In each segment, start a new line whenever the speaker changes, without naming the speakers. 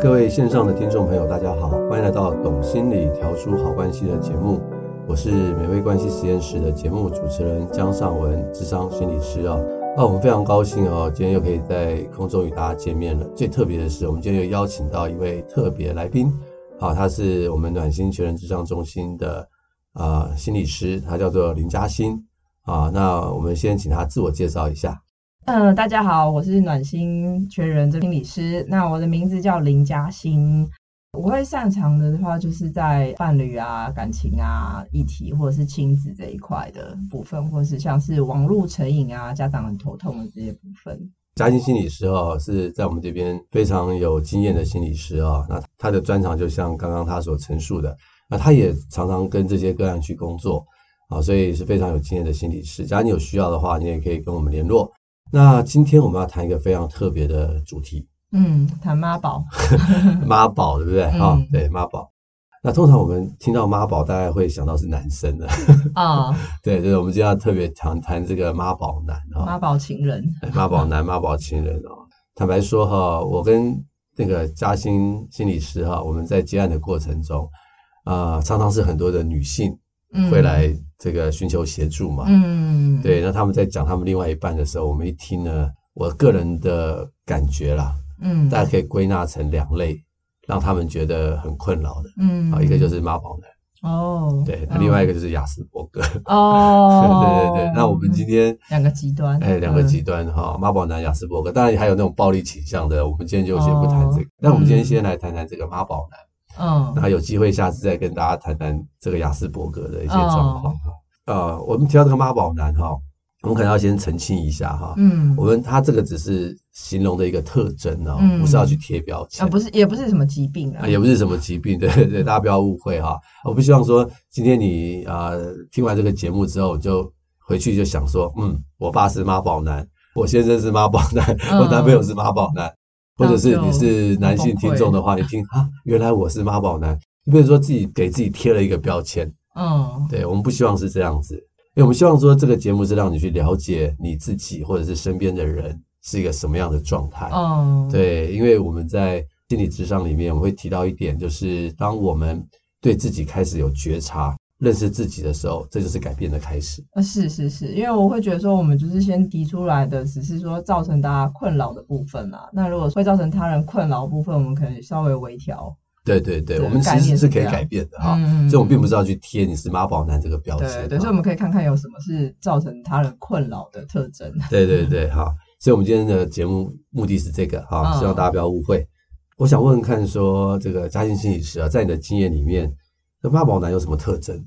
各位线上的听众朋友，大家好，欢迎来到《懂心理调出好关系》的节目，我是美味关系实验室的节目主持人江尚文，智商心理师啊。那我们非常高兴哦，今天又可以在空中与大家见面了。最特别的是，我们今天又邀请到一位特别来宾，好，他是我们暖心全人智商中心的啊、呃心理师，他叫做林嘉欣啊。那我们先请他自我介绍一下。
嗯、大家好，我是暖心全人的心理师。那我的名字叫林嘉欣。我会擅长的话，就是在伴侣啊、感情啊、议题或者是亲子这一块的部分，或是像是网络成瘾啊、家长很头痛的这些部分。
嘉欣心理师哦，是在我们这边非常有经验的心理师哦。那他的专长就像刚刚他所陈述的，那他也常常跟这些个案去工作啊，所以是非常有经验的心理师。假如你有需要的话，你也可以跟我们联络。那今天我们要谈一个非常特别的主题，
嗯，谈 妈宝，
妈宝，对不对？啊、
嗯
对，妈宝。那通常我们听到妈宝，大概会想到是男生的，
啊、
对，就是我们今天要特别谈谈这个妈宝男啊、
妈宝情人，
哎妈宝男、妈宝情人哦。坦白说哈，我跟那个嘉欣心理师哈，我们在接案的过程中，啊、常常是很多的女性
嗯，
会，来这个寻求协助嘛。
嗯，，
对，那他们在讲他们另外一半的时候，我们一听呢，我个人的感觉啦，
嗯，
大家可以归纳成两类，让他们觉得很困扰的
嗯，
啊，一个就是妈宝男，
哦，
对，那另外一
个，
个就是雅斯伯格。
哦，
对对对，那我们今天
两个极端，
哎，两个
嗯
极端哈，妈宝男、雅斯伯格，当然还有那种暴力倾向的，我们今天就先不谈这个
哦。
那我们今天
嗯
先来谈谈这个妈宝男，
嗯，
那有机会下次再跟大家谈谈这个雅斯伯格的一些状
哦
况哈。呃，我们提到这个妈宝男哈，我们可能要先澄清一下哈，
嗯，
我们他这个只是形容的一个特征哦，
嗯
不是要去贴标签
啊，。不是，也不是什么疾病啊，
啊，也不是什么疾病，对对，大家不要误会哈、我不希望说今天你啊、呃听完这个节目之后，就回去就想说，嗯，我爸是妈宝男，我先生是妈宝男，
嗯
我男朋友是妈宝男，或者是
那就
你是男性听众的话，你听啊，原来我是妈宝男，你比如说自己给自己贴了一个标签，
嗯，
对我们不希望是这样子，因为我们希望说这个节目是让你去了解你自己或者是身边的人是一个什么样的状态。
嗯，，
对，因为我们在心理智商里面，我们会提到一点，就是当我们对自己开始有觉察、认识自己的时候，这就是改变的开始。
呃是是是，因为我会觉得说，我们就是先提出来的，只是说造成大家困扰的部分啦。那如果会造成他人困扰的部分，我们可以稍微微调。
对对对，
对
我们
概
其实
念是
是可
这
以
样
改变的哈。
嗯
所以我们并不是要去贴你是妈宝男这个标
对
签。
对，所
哈
以我们可以看看有什么是造成他人困扰的特征。
对对对，好。所以我们今天的节目目的是这个哈，
嗯
希望大家不要误会。我想问问看说这个嘉欣心理师啊，在你的经验里面，这妈宝男有什么特征？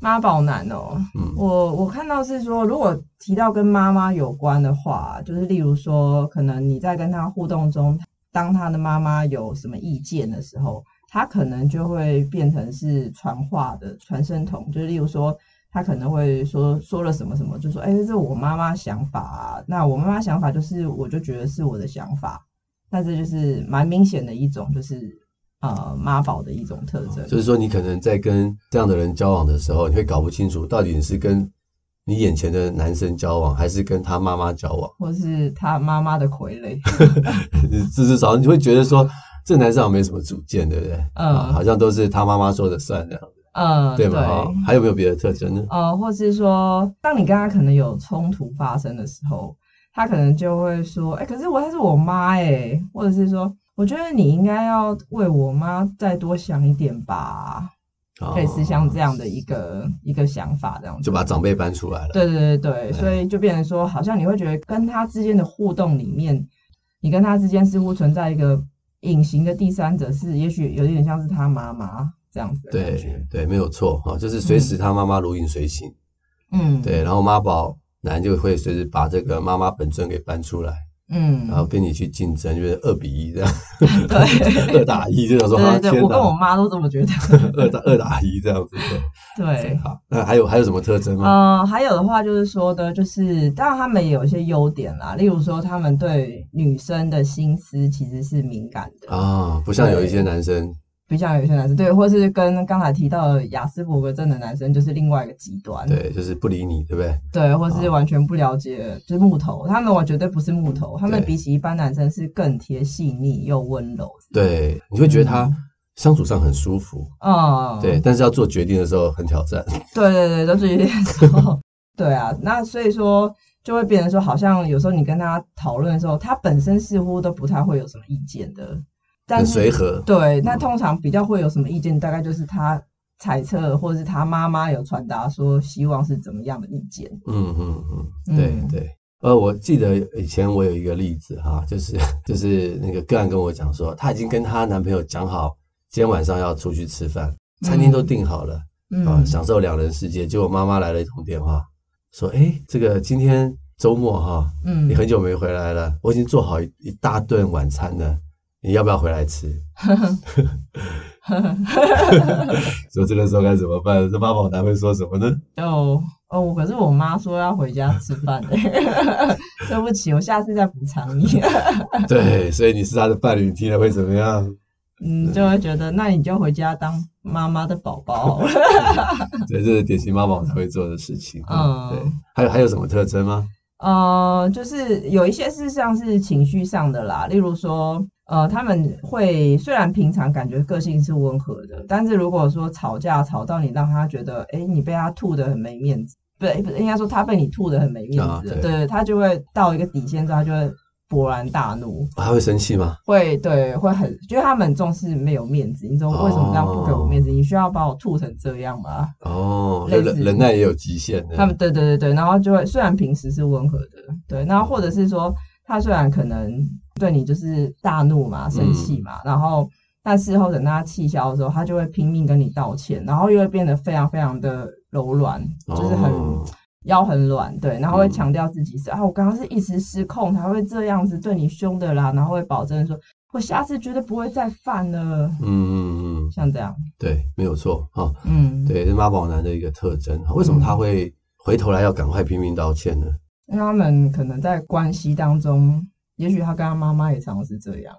妈宝男哦，
嗯
我我看到是说，如果提到跟妈妈有关的话，就是例如说，可能你在跟他互动中，当他的妈妈有什么意见的时候，他可能就会变成是传话的传声筒，就是例如说，他可能会说说了什么什么，就说，哎、这是我妈妈想法、啊，那我妈妈想法就是，我就觉得是我的想法，那这就是蛮明显的一种，就是呃妈宝的一种特征，
哦就是说，你可能在跟这样的人交往的时候，你会搞不清楚到底你是跟你眼前的男生交往，还是跟他妈妈交往。
或是他妈妈的傀儡。
至至少你会觉得说，这男生好像没什么主见，对不对？
嗯
啊好像都是他妈妈说的算这样，
嗯，
对吗？哈还有没有别的特征呢？
呃，或是说，当你跟他可能有冲突发生的时候，他可能就会说：“哎、可是我她是我妈哎。”或者是说：“我觉得你应该要为我妈再多想一点吧。
啊
类似像这样的一个一个想法，这样子。
就把长辈搬出来了。
对对对对，所以就变成说，好像你会觉得跟他之间的互动里面，你跟他之间似乎存在一个隐形的第三者是，也许有点像是他妈妈这样子的感觉
对。对，没有错哈，就是随时他妈妈如影随形。
嗯，
对，然后妈宝男就会随时把这个妈妈本尊给搬出来，
嗯，
然后跟你去竞争，就是二比一 这样，
对。
二打一，就想说啊，
对对对，
天
我跟我
哪，
妈都这么 觉得。
二打二打一这样子。对，
对，
好，那还有还有什么特征吗？
呃，还有的话就是说的，就是当然他们也有一些优点啦，例如说他们对女生的心思其实是敏感的。
啊，不像有一些男生
比较有些男生对，或是跟刚才提到的雅斯伯格症的男生，就是另外一个极端，
对，啊就是不理你，对不对？
对，或是完全不了解，就是木头，他们我绝对不是木头，他们
对
比起一般男生是更贴细腻又温柔，
对，你会觉得他相处上很舒服，
嗯，
对，但是要做决定的时候很挑战。
对对对，都是有点 说，对啊，那所以说就会变成说，好像有时候你跟他讨论的时候，他本身似乎都不太会有什么意见的，但
很
是
随和，
对，那通常比较会有什么意见，大概就是他猜测或者是他妈妈有传达说希望是怎么样的意见，
嗯嗯嗯，
嗯
对对。呃，我记得以前我有一个例子哈，就是 就是那个个案跟我讲说，她已经跟她男朋友讲好，今天晚上要出去吃饭，餐厅都订好了
嗯
啊，享受两人世界。结果妈妈来了一通电话，说：“哎，这个今天周末哈，
嗯
你很久没回来了，我已经做好一一大顿晚餐了，你要不要回来吃？” 所以这个时候该怎么办？这妈宝男会说什么 呢？
就哦，可是我妈说要回家吃饭的， 对不起，我下次再补偿你。
对，所以你是他的伴侣，你听了会怎么样？
嗯，就会觉得那你就回家当妈妈的宝宝好了。
对，这是典型妈宝才会做的事情。嗯，
嗯
对。还有还有什么特征吗？
呃，就是有一些事像是情绪上的啦，例如说，呃，他们会虽然平常感觉个性是温和的，但是如果说吵架吵到你让他觉得，哎，你被他吐得很没面子，不对，不是应该说他被你吐得很没面
啊
子了，
对
对，他就会到一个底线之后，他就会勃然大怒，
他会生气吗？
会对，会很，觉得他们很重视没有面子，你说为什么这样不给我面子？你需要把我吐成这样吗？
哦，
类
就
似
忍忍耐也有极限的。
他们对对对对，然后就会虽然平时是温和的，对，那或者是说他虽然可能对你就是大怒嘛、生气
嗯
嘛，然后但事后等他气消的时候，他就会拼命跟你道歉，然后又会变得非常非常的柔软，就是很、
哦
腰很软，对，然后会
嗯
强调自己是、啊，我刚刚是一时失控才会这样子对你凶的啦，然后会保证说我下次绝对不会再犯了，
嗯嗯嗯，
像这样，
对，没有错啊、哦
嗯，
对，是妈宝男的一个特征。为什么他会回头来要赶快拼命道歉呢？
因为他们可能在关系当中，也许他跟他妈妈也常常是这样，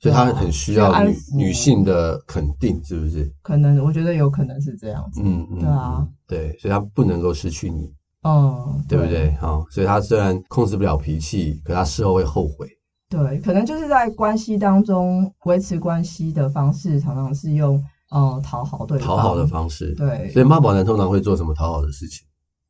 所以他
对啊
很需
需要
要
安
女
抚
女性的肯定，是不是？
可能我觉得有可能是这样子。
嗯嗯，
对啊
嗯，对，所以他不能够失去你，
哦、
对不？对？好、所以他虽然控制不了脾气，可他事后会后悔。
对，可能就是在关系当中维持关系的方式，常常是用呃讨好对方。
讨好的方式。
对
所以妈宝男通常会做什么讨好的事情？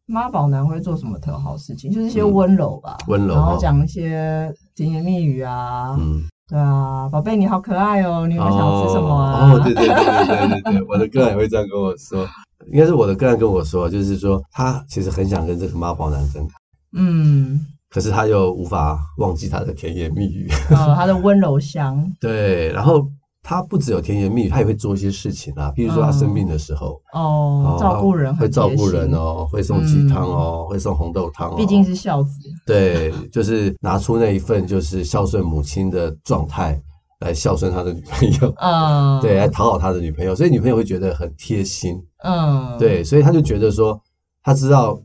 妈宝男会做什么讨好事情？就是一些
嗯
温柔吧，
温柔
然
哦
后讲一些甜言蜜语啊，
嗯，
对啊，宝贝你好可爱哦，你有没有想吃什么啊？
哦，哦对对对对对对对，我的个案也会这样跟我说，应该是我的个案跟我说，就是说他其实很想跟这个妈宝男分开，
嗯，
可是他又无法忘记他的甜言蜜 语。
呃，他的温柔乡，
对，然后他不只有甜言蜜语，他也会做一些事情啊，譬如说他生病的时候。
哦，嗯照顾人
会
很
照
贴
顾人
心，嗯
哦，会送鸡汤哦，会送红豆汤哦。
毕竟是孝子，
对，就是拿出那一份就是孝顺母亲的状态来孝顺他的女朋友。
嗯，
对，来讨好他的女朋友，所以女朋友会觉得很贴心，
嗯，
对，所以他就觉得说，他知道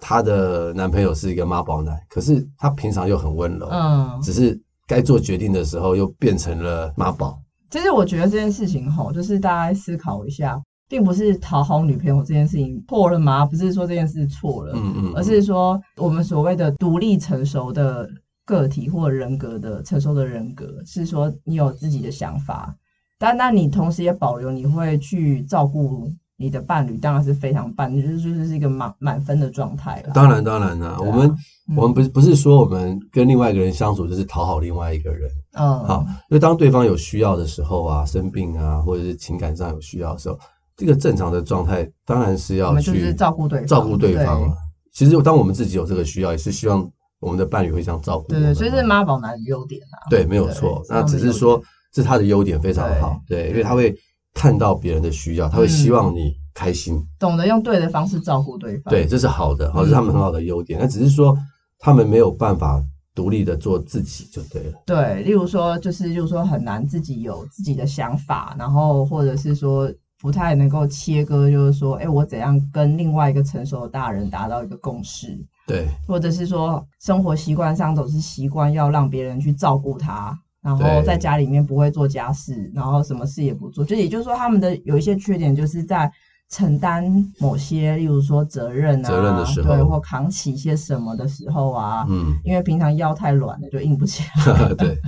他的男朋友是一个妈宝男，可是他平常又很温柔，
嗯，
只是该做决定的时候又变成了妈宝，
其实我觉得这件事情吼，就是大家思考一下，并不是讨好女朋友这件事情错了吗？不是说这件事错了，
嗯嗯，
而是说我们所谓的独立成熟的个体或人格的成熟的人格，是说你有自己的想法，但那你同时也保留你会去照顾你的伴侣，当然是非常伴侣，就是就是一个满满分的状态啦。
当然当然啦、
对啊
我们、
嗯
我们不是不是说我们跟另外一个人相处就是讨好另外一个人，
嗯，
好，因为当对方有需要的时候啊，生病啊，或者是情感上有需要的时候，这个正常的状态当然是
我
要
们
去
就是照顾对方，
照顾对方啊。其实当我们自己有这个需要，也是希望我们的伴侣会这样照顾我
对，
们
对
嘛。
对，所以这是妈宝男的优点啊。
对，没有错。
对
那只是说这是他的优点，非常好。对，因为他会看到别人的需要，他会
嗯
希望你开心。
懂得用对的方式照顾对方。
对，，这是好的，好、
嗯
这是他们很好的优点。那只是说他们没有办法独立的做自己就对了。
对，例如说，就是例如说很难自己有自己的想法，然后或者是说不太能够切割，就是说，哎，我怎样跟另外一个成熟的大人达到一个共识，
对，
或者是说生活习惯上总是习惯要让别人去照顾他，然后
对
在家里面不会做家事，然后什么事也不做，就也就是说他们的有一些缺点就是在承担某些，例如说责任啊，
责任的时
对，
候
或扛起一些什么的时候啊，
嗯，
因为平常腰太软了就硬不起来，
对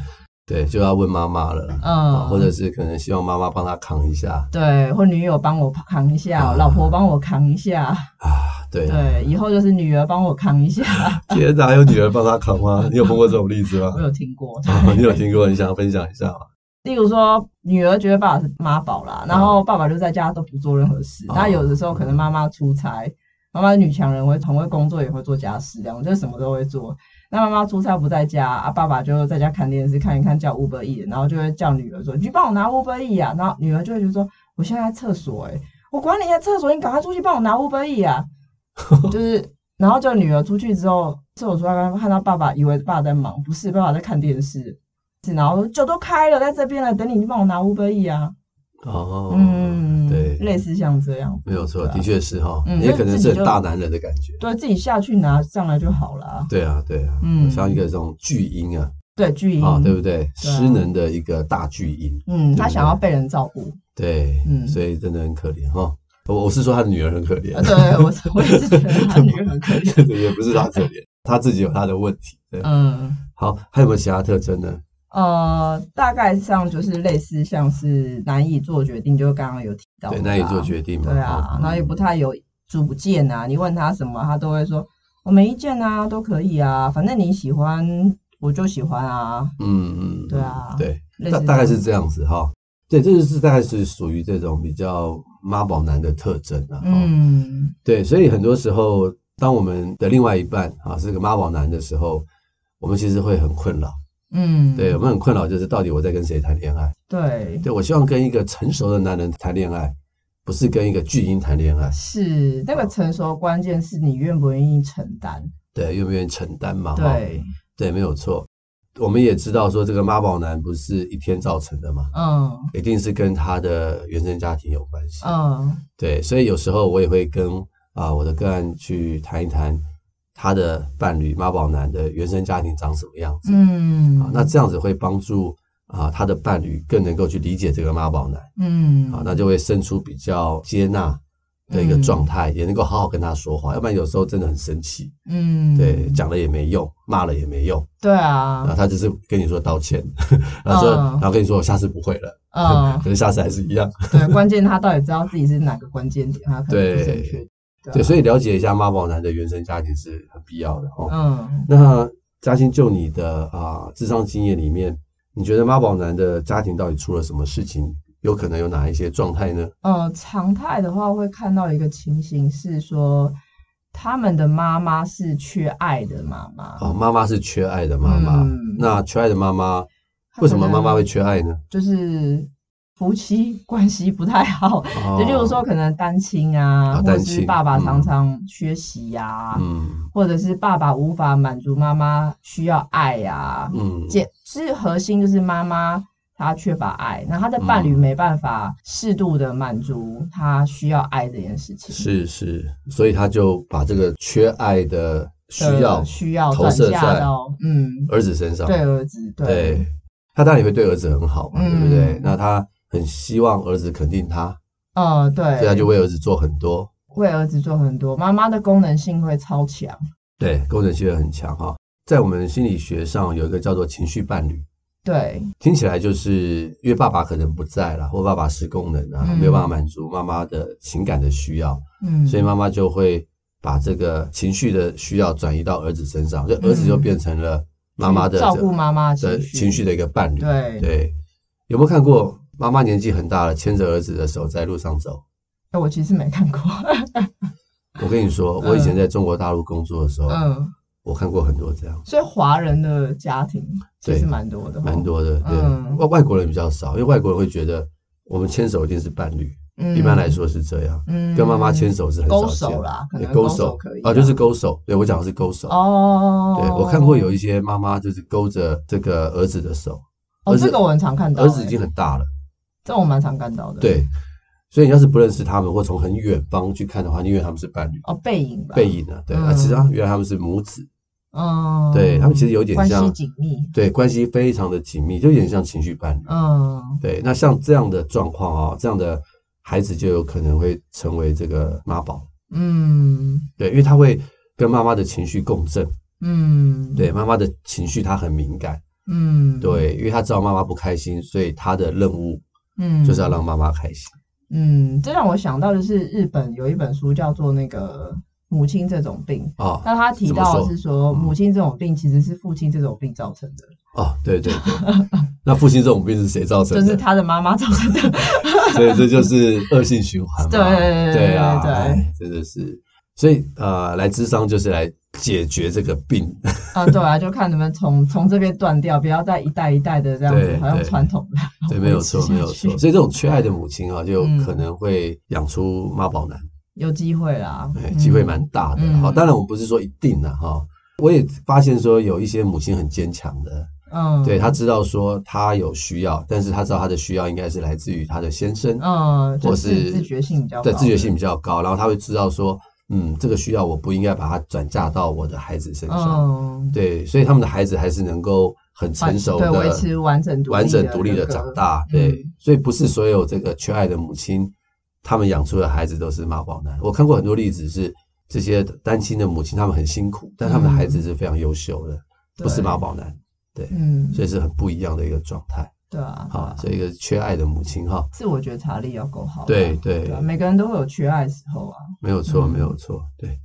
对，就要问妈妈了啦。啊，
嗯，
或者是可能希望妈妈帮他扛一下
对，或女友帮我扛一下，
啊
老婆帮我扛一下，
啊，对啊，
对，以后就是女儿帮我扛一 下，
天哪，有女儿帮他扛吗？你有碰过这种例子吗
我？有听过。
啊，你有听过？你想分享一下吗？
例如说，女儿觉得爸爸是妈宝啦，然
啊
后爸爸就在家都不做任何事。
哦
那、有的时候可能妈妈出差，妈妈是女强人会很会工作，也会做家事，这样就什么都会做。那妈妈出差不在家啊，爸爸就在家看电视看一看，叫 Uber E，然后就会叫女儿说：“你去帮我拿 Uber E 啊。”然后女儿就会觉得说：“我现在在厕所、欸，我管你在厕所，你赶快出去帮我拿 Uber E 啊。”就是，然后叫女儿出去之后，厕所出来看到爸爸，以为爸爸在忙，不是，爸爸在看电视。然后酒都开了，在这边了，等你去帮我拿 Uber E 啊。
哦，
嗯，
对，
类似像这样，
没有错，
对啊
的确是哈，
嗯
也可能
就是
是
自己
很
就
大男人的感觉。
对自己下去拿上来就好了。
对啊，对啊，
嗯
像一个这种巨婴啊，
对，巨婴，
啊，对不对？
对啊
失能的一个大巨婴，
嗯，他
对
想要被人照顾。
对，
嗯
所以真的很可怜哈。我我是说他的女儿很可怜
啊，对， 我我也是觉得他女儿很可怜。
对也不是他可 怜，他自己有他的问题。对，
嗯。
好，还有没有其他特征呢？
呃，大概上就是类似像是难以做决定，就刚刚有提到的
对，
啊，
难以做决定嘛。
对啊
哦，
然后也不太有主见啊。你问他什么，他都会说我没意见啊，都可以啊，反正你喜欢我就喜欢啊。
嗯嗯，嗯
对啊
对，
类
大
似
大概
这
是
样
这样子哈。对，这就是大概是属于这种比较妈宝男的特征啊。嗯，
嗯，
对，所以很多时候，当我们的另外一半啊是个妈宝男的时候，我们其实会很困扰。
嗯，
对，我们很困扰就是到底我在跟谁谈恋爱？
对，
对我希望跟一个成熟的男人谈恋爱，不是跟一个巨婴谈恋爱。
是那个成熟，关键是你愿不愿意承担。
对，愿不愿意承担嘛？哈
对，
对，没有错。我们也知道说，这个妈宝男不是一天造成的嘛，
嗯
一定是跟他的原生家庭有关系。
嗯
对，所以有时候我也会跟啊、我的个案去谈一谈他的伴侣妈宝男的原生家庭长什么样子、啊
嗯，，
那这样子会帮助啊、他的伴侣更能够去理解这个妈宝男
嗯
啊，那就会生出比较接纳的一个状态，也能够好好跟他说话，要不然有时候真的很生气，
嗯
对，讲了也没用，骂了也没用，
对
然后
啊，
他就是跟你说道歉， 然后说，
嗯
然后跟你说我下次不会了，
嗯，
可是下次还是一样。
对，关键他到底知道自己是哪个关键点，他可能不正确。啊
对，所以了解一下妈宝男的原生家庭是很必要的哦。
嗯，
那嘉欣，就你的啊、智商经验里面，你觉得妈宝男的家庭到底出了什么事情？有可能有哪一些状态呢？
呃，常态的话会看到一个情形是说，他们的妈妈是缺爱的妈妈，
啊、妈妈是缺爱的妈妈，
嗯
那缺爱的妈妈
她
为什么
可
妈
能
妈会缺爱呢？
就是夫妻关系不太好，
哦
就例如说，可能单亲
啊
啊，或者
单
是
亲
爸爸常
嗯
常缺席呀、啊，
嗯
或者是爸爸无法满足妈妈需要爱呀、啊，
嗯，
解是核心就是妈妈她缺乏爱，那她的伴侣
嗯
没办法适度的满足她需要爱这件事情，
是是，所以他就把这个缺爱的需
的
要
需要
投
转
射
嫁
在
到嗯
儿子身上，
对儿子
对，他当然也会对儿子很好嘛，对不对
嗯？
那他很希望儿子肯定他，
呃
所以他就
对，
为儿子做很多，
为儿子做很多，妈妈的功能性会超强，
对，功能性也很强哈、在我们心理学上有一个叫做情绪伴侣，
对
听起来就是因为爸爸可能不在了，或爸爸失功能啊，
嗯
没有办法满足妈妈的情感的需要，
嗯，
所以妈妈就会把这个情绪的需要转移到儿子身上，所以儿子就变成了妈妈的
嗯去照顾妈妈
的
的情绪
情绪的一个伴侣。
对
对，有没有看过妈妈年纪很大了，牵着儿子的手在路上走？
哎我其实没看过，
我跟你说，
嗯
我以前在中国大陆工作的时候，
嗯，
我看过很多这样，
所以华人的家庭其实
对
蛮多的，
蛮，多的。对，
嗯
外外国人比较少，因为外国人会觉得我们牵手一定是伴侣，
嗯
一般来说是这样。
嗯
跟妈妈牵手是很
勾
少
手
见的
啦，可
对
能
勾
手
手
可以
啊，就是勾手。对我讲的是勾手。
哦，
对我看过有一些妈妈就是勾着这个儿子的手，
哦，
儿子
这个我很常看到、
儿子已
欸
经很大了，
这我蛮常看到的。，
对，所以你要是不认识他们，或从很远方去看的话，你以为他们是伴侣。
哦，背影吧，
背，影啊，对，啊，
嗯
其实啊，原来他们是母子，
嗯，
对他们其实有点
关系
像
紧密，
对关系非常的紧密，就有点像情绪伴侣。
嗯，
对，那像这样的状况啊、这样的孩子就有可能会成为这个妈宝，
嗯
对，因为他会跟妈妈的情绪共振，
嗯，，
对，妈妈的情绪他很敏感，
嗯，，
对，因为他知道妈妈不开心，所以他的任务
嗯，
就是要让妈妈开心。
嗯，这让我想到的是日本有一本书叫做那个母亲这种病。
啊、
那他提
怎么
到的
说
是说，
嗯
母亲这种病其实是父亲这种病造成的，
哦，对对对， 那父亲这种病是谁造成
就
的？
是他的妈妈造 成的。
所以这就是恶性循环嘛。
对 对对
对啊，
对
哎真的是。所以呃，来智商就是来解决这个病，
啊，对啊，就看能不能从从这边断掉，不要再一代一代的这样子
对，
好像
对
传统的。
对，没有错，没有错。所以这种缺爱的母亲啊，就
嗯
可能会养出妈宝男，
有机会啦，
哎，
嗯
机会蛮大的。
嗯
好，当然我们不是说一定的哈。我也发现说有一些母亲很坚强的，
嗯，
对她知道说她有需要，但是她知道她的需要应该是来自于她的先生，
嗯，就
或
自
是
自觉性比较高
对
的，
自觉性比较高，然后她会知道说，嗯，这个需要我不应该把它转嫁到我的孩子身上。
嗯，
对，所以他们的孩子还是能够很成熟
对
的
维持完整独立
完整独立
的
的
人格
长大。
嗯
对，所以不是所有这个缺爱的母亲，他们养出的孩子都是妈宝男。我看过很多例子是这些单亲的母亲，他们很辛苦，但他们的孩子是非常优秀的，不是
嗯对
妈宝男。对，
嗯，
所以是很不一样的一个状态。
对啊，对
好
啊，
所以一个缺爱的母亲哈，
自我觉察力要够好，
对对
啊，每个人都会有缺爱的时候啊。
没有错，
嗯
没有错。对，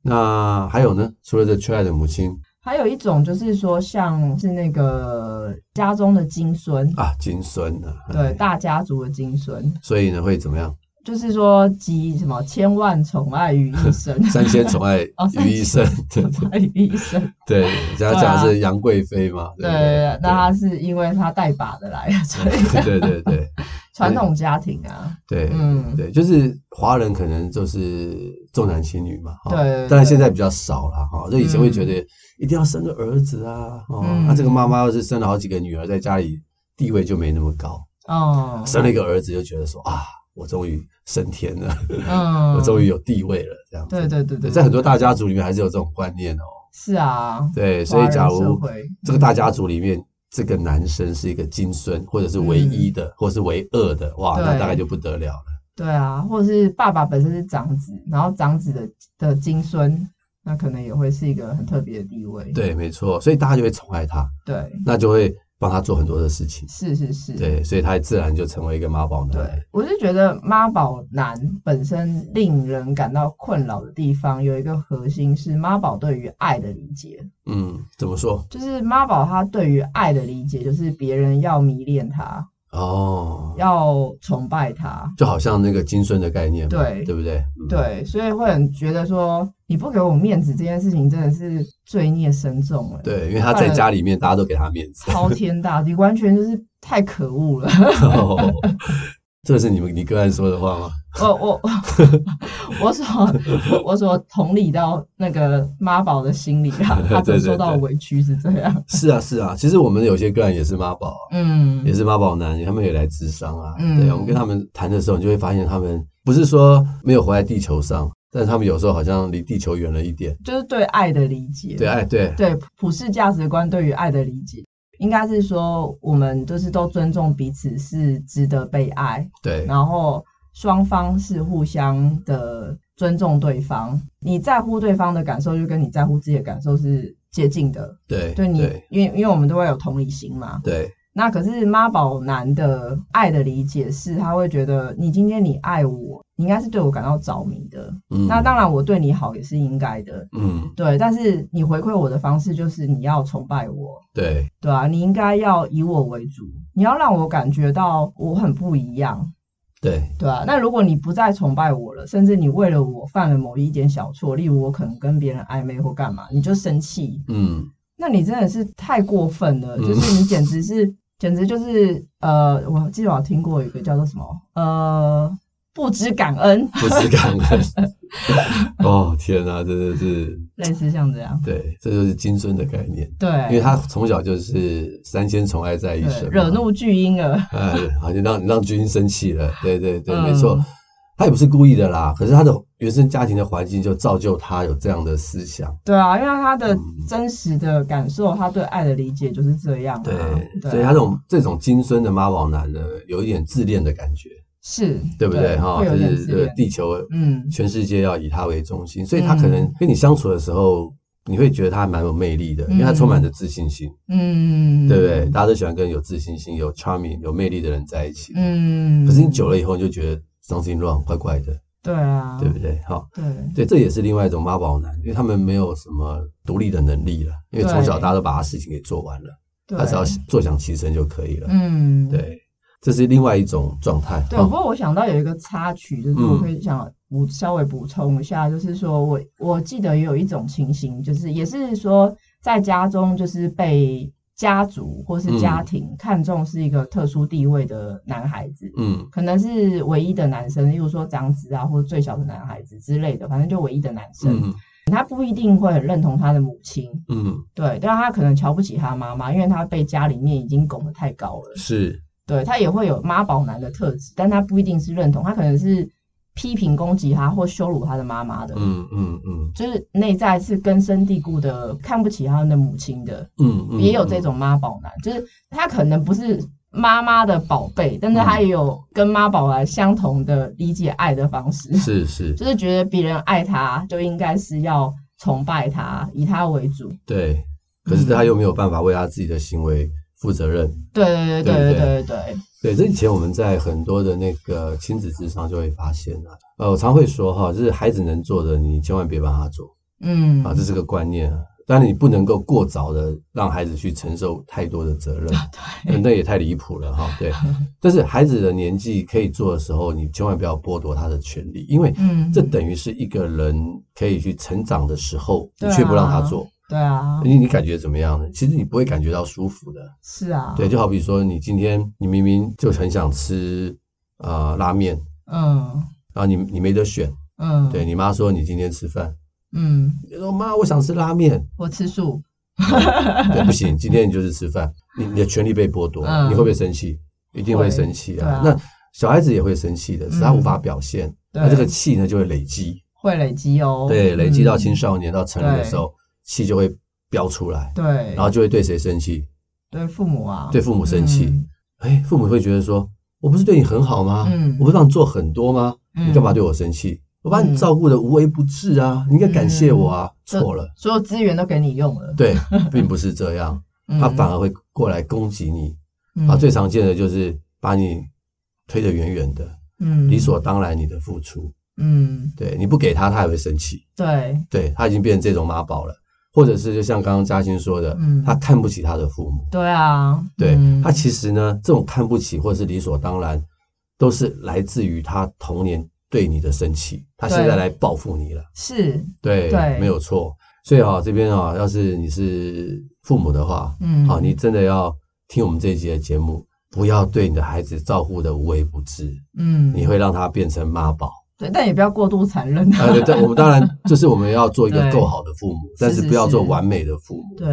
那还有呢？除了这缺爱的母亲
还有一种就是说，像是那个家中的金孙，
啊，金孙啊，
对
哎，
大家族的金孙，
所以呢会怎么样？
就是说集什么千万宠爱于一身，
三千宠爱
哦三
于一身， 对
宠爱于一身。
对，人家讲的是杨贵妃嘛，
对
不对，
那他是因为他带把的来，所以
对对对对
传统家庭啊，
对，
嗯
对，就是华人可能就是重男轻女嘛，哈
对对对
当然现在比较少了哈，就以前会觉得一定要生个儿子啊，哦，
嗯
那这个妈妈要是生了好几个女儿，在家里地位就没那么高，
哦，
生了一个儿子就觉得说啊，我终于升天了，
嗯，
我终于有地位了，这样子。
对对对对，
在很多大家族里面还是有这种观念哦，
是啊，
对，所以
华人
假
社
如
会嗯
这个大家族里面，这个男生是一个金孙，或者是唯一的，或者是唯二的，哇，
嗯对
那大概就不得了了。
对啊，或者是爸爸本身是长子，然后长子的的金孙，那可能也会是一个很特别的地位，
对，没错，所以大家就会宠爱他，
对，
那就会帮他做很多的事情。
是是是，
对，所以他自然就成为一个妈宝男。
对，我是觉得妈宝男本身令人感到困扰的地方，有一个核心是妈宝对于爱的理解，
嗯，怎么说？
就是妈宝他对于爱的理解，就是别人要迷恋他，
哦，
要崇拜他，
就好像那个金孙的概念嘛，
对
对不对？嗯，
对，所以会很觉得说你不给我面子这件事情真的是罪孽深重了，，欸
对，因为他在家里面，大家都给他面 子。
滔天大地，完全就是太可恶了。
这是你们你个案说的话吗？
我哦我 我所我我所同理到那个妈宝的心理 啊，他所
对对
受到的
对
委屈是这样，
是啊，是啊，其实我们有些个案也是妈宝啊、
嗯
也是妈宝男，他们也来智商啊。
嗯
对，我们跟他们谈的时候，你就会发现他们不是说没有活在地球上，但是他们有时候好像离地球远了一点。
就是对爱的理解，
对，哎，对，
对普世价值观对于爱的理解，应该是说我们就是都尊重彼此是值得被爱，
对，
然后双方是互相的尊重对方，你在乎对方的感受，就跟你在乎自己的感受是接近的，
对，
对你
对，，
因为因为我们都会有同理心嘛，
对，
那可是妈宝男的爱的理解是，他会觉得你今天你爱我，你应该是对我感到着迷的。
嗯
那当，然，我对你好也是应该的，
嗯，
对。但是你回馈我的方式就是你要崇拜我，
对，
对啊，你应该要以我为主，你要让我感觉到我很不一样，
对，
对啊。那如果你不再崇拜我了，甚至你为了我犯了某一点小错，例如我可能跟别人暧昧或干嘛，你就生气，
嗯，
那你真的是太过分了，
嗯
就是你简直是，简直就是呃，我记得我听过有一个叫做什么呃，不知感恩，
不知感恩。 哦，天哪、真的是，
类似像这样，
对，这就是金孙的概念，
对，
因为他从小就是三千宠爱在一身
对
嘛，
惹怒巨婴儿，
哎，好，你让你让君生气了，对对对，没错
嗯。
他也不是故意的啦，可是他的原生家庭的环境就造就他有这样的思想。
对啊，因为他
嗯
的真实的感受，他对爱的理解就是这样、啊。
对，
对啊
所以他这种这种金孙的妈宝男呢，有一点自恋的感觉，
是，
对不对？哈，
会有
就
点
是呃
自
这个
恋。
地球，
嗯，
全世界要以他为中心，所以他可能
嗯
跟你相处的时候，你会觉得他蛮有魅力的，因为他充满着自信心，
嗯，
对不对？？大家都喜欢跟有自信心、有 charming、有魅力的人在一起。
嗯，
可是你久了以后，你就觉得 something wrong，怪怪的，
对啊，
对不对？好，
对
对，这也是另外一种妈宝男，因为他们没有什么独立的能力了，因为从小
对
大家都把他事情给做完了，
对，
他只要坐享其成就可以了。
嗯，
对，这是另外一种状态。
对。
哈
不过我想到有一个插曲，
嗯
就是我可以想补稍微补充一下，就是说我我记得也有一种情形，就是也是说在家中就是被家族或是家庭看重是一个特殊地位的男孩子，
嗯
可能是唯一的男生，例如说长子啊，或者最小的男孩子之类的，反正就唯一的男生，
嗯
他不一定会很认同他的母亲，
嗯，
对，但他可能瞧不起他妈妈，因为他被家里面已经拱得太高了，
是，
对他也会有妈宝男的特质，但他不一定是认同，他可能是批评、攻击他或羞辱他的妈妈的，
嗯嗯嗯
就是内在是根深蒂固的看不起他们的母亲的，
嗯嗯，
也有这种妈宝男，就是他可能不是妈妈的宝贝，但是他
嗯
也有跟妈宝男相同的理解爱的方式，
是是，
就是觉得别人爱他就应该是要崇拜他，以他为主。
对。可是
嗯
他又没有办法为他自己的行为负责任。
对
对
对对对
对
对对对，
对，这以前我们在很多的那个亲子智商就会发现啊，呃，我常会说哈，就是孩子能做的，你千万别帮他做
嗯，
啊，这是个观念啊。当然，你不能够过早的让孩子去承受太多的责任，
对
那那也太离谱了哈。对，但是孩子的年纪可以做的时候，你千万不要剥夺他的权利，因为
嗯，
这等于是一个人可以去成长的时候，你
对啊
却不让他做，
对啊，
你你感觉怎么样呢？其实你不会感觉到舒服的。
是啊，
对，，就好比说你今天你明明就很想吃呃拉面，
嗯
然后你你没得选，
嗯，
对，你妈说你今天吃饭，
嗯，
你说妈我想吃拉面，
我吃素，
对，不行，今天你就是吃饭，你你的权利被剥夺，
嗯
你会不会生气？一定会
会
生气
对
啊
啊！
那小孩子也会生气的，只是他
嗯
无法表现，
对
那这个气呢就会累积，
会累积哦，
对，累积到青
嗯，
少年到成人的时候，气就会飙出来，
对，
然后就会对谁生气？
对父母啊，
对父母生气
嗯
哎，父母会觉得说，我不是对你很好吗？
嗯
我不是让你做很多吗？
嗯
你干嘛对我生气？我把你照顾的无微不至啊，你应该感谢我
嗯
啊。错了，
所有资源都给你用了，
对，并不是这样，
嗯
他反而会过来攻击你、
嗯
啊。最常见的就是把你推得远远的，
嗯
理所当然你的付出，
嗯
对，你不给他，他也会生气，
对
对他已经变成这种妈宝了，或者是就像刚刚嘉欣说的，
嗯
他看不起他的父母，
对啊，
对、
嗯
他其实呢，这种看不起或是理所当然，都是来自于他童年对你的生气，他现在
对
来报复你了。
是
对，
对
没有错。所以啊、这边啊、要是你是父母的话，
嗯
好、你真的要听我们这一集的节目，不要对你的孩子照顾的无微不至，
嗯
你会让他变成妈宝。
对，但也不要过度残忍
啊，对对，我们当然就是我们要做一个
对
够好的父母，但
是
是
是
不要做
是
完美的父母。
对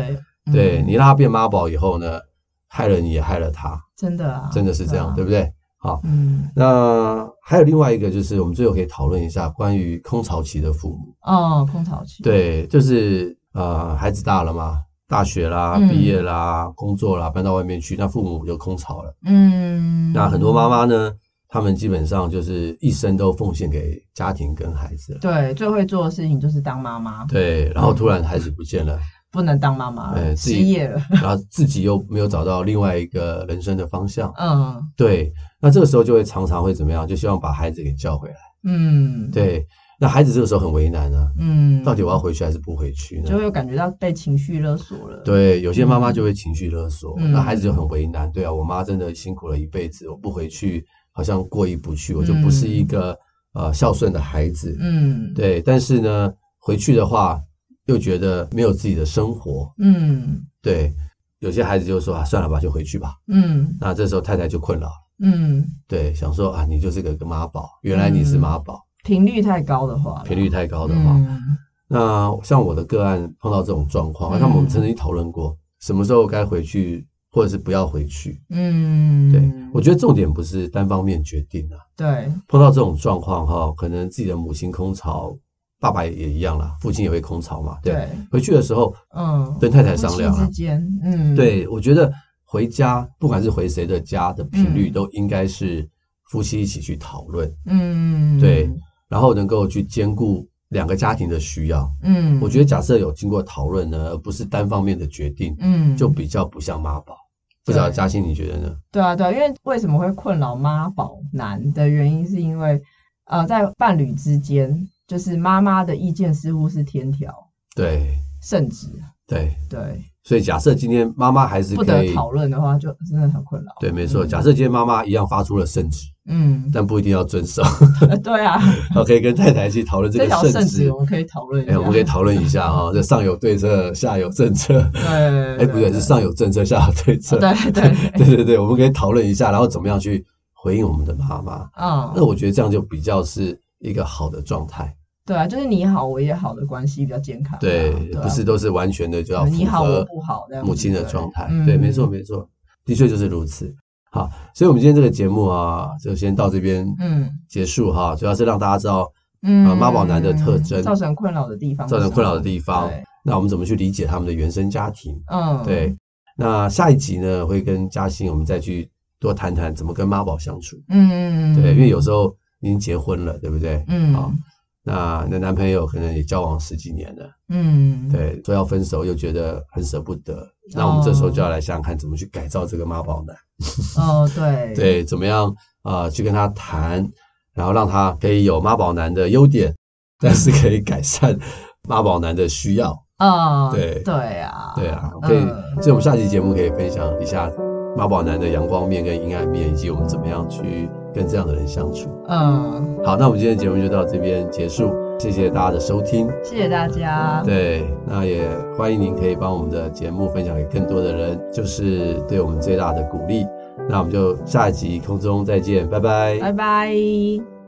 呃对
嗯
你让他变妈宝以后呢，害了你也害了他。
真的啊，
真的是这样，对
啊
不对？好，
嗯
那还有另外一个就是，我们最后可以讨论一下关于空巢期的父母。
哦，空巢期，
对，就是呃，孩子大了嘛，大学啦、
嗯
毕业啦、工作啦，搬到外面去，那父母就空巢了。
嗯，
那很多妈妈呢，她们基本上就是一生都奉献给家庭跟孩子了。
对最会做的事情就是当妈妈，
对，然后突然孩子不见了，
不能当妈妈
哎
了，
自
失
己
业了，
然后自己又没有找到另外一个人生的方向。
嗯
对，那这个时候就会常常会怎么样？就希望把孩子给叫回来。
嗯，，
对，那孩子这个时候很为难啊，
嗯，
到底我要回去还是不回去
就
呢？
会有感觉到被情绪勒索了，
对，有些妈妈就会情绪勒索，
嗯
那孩子就很为难。对啊，我妈真的辛苦了一辈子，我不回去好像过意不去，我就不是一个、呃孝顺的孩子。
嗯，
对，但是呢，回去的话又觉得没有自己的生活。
嗯
对，有些孩子就说啊，算了吧，就回去吧。
嗯
那这时候太太就困扰，
嗯，
对，想说啊，你就是个个妈宝，原来你是妈宝，
频率太高的话啦，
频率太高的话。
嗯
那像我的个案碰到这种状况，
嗯
那我们曾经讨论过，什么时候该回去或者是不要回去。
嗯，
对、我觉得重点不是单方面决定啊，
对
碰到这种状况哈，可能自己的母亲空巢，爸爸也一样啦，父亲也会空巢嘛。对，
对，
回去的时候
嗯，
跟太太商量
夫妻
了
之。间，嗯，，
对，我觉得回家不管是回谁的家的频率，
嗯
都应该是夫妻一起去讨论，
嗯，
对，然后能够去兼顾两个家庭的需要。
嗯，
我觉得假设有经过讨论呢，而不是单方面的决定，
嗯，
就比较不像妈宝。不知道
对
嘉欣你觉得呢？
对啊，对啊，因为为什么会困扰妈宝男的原因，是因为呃，在伴侣之间，就是妈妈的意见似乎是天条，
对
圣旨，
对，
对，
所以假设今天妈妈还是
不
可
得
以，
讨论的话，就真的很困扰。
对，没错。
嗯
假设今天妈妈一样发出了圣旨，
嗯，
但不一定要遵 守，
呃对啊，
可以跟太太去讨论这
这条
个
圣
圣
旨
旨
我。们可以讨论一
哎、
下。
我们可以讨论一下哈、这上有对策，下有政策。
对，哎
哎，不对，是上有政策，下有对策。
对对，
对对对，我们可以讨论一下，然后怎么样去回应我们的妈妈。
嗯，
那我觉得这样就比较是一个好的状态，
对啊，就是你好我也好的关系比较健康啊。
对，
啊
不是都是完全的就要
你
符
好我
合
不好这样子
母亲的状态。
对
对，没错
嗯
没错，的确就是如此。好，所以我们今天这个节目啊，就先到这边
嗯
结束哈，主要是让大家知道呃
嗯，
啊妈宝男的特征
造成困扰的地方是什
造
么，
成困扰的地方
对，
那我们怎么去理解他们的原生家庭。
嗯，
对，那下一集呢会跟嘉欣我们再去多谈谈怎么跟妈宝相处。
嗯，嗯，
对，因为有时啊候已经结婚了，对不对？
嗯
好，那你的男朋友可能也交往十几年了，
嗯，
对，说要分手又觉得很舍不得，那我们这时候就要来想想看怎么去改造这个妈宝男，
哦，对，，
对，怎么样啊、呃去跟他谈，然后让他可以有妈宝男的优点，但是可以改善妈宝男的需要，
啊，
对
对啊，
对啊，可以，
嗯
所以我们下期节目可以分享一下妈宝男的阳光面跟阴暗面，以及我们怎么样去跟这样的人相处。
嗯，
好，那我们今天的节目就到这边结束，谢谢大家的收听。
谢谢大家，
对，那也欢迎您可以帮我们的节目分享给更多的人，就是对我们最大的鼓励。那我们就下一集空中再见，拜拜
拜拜。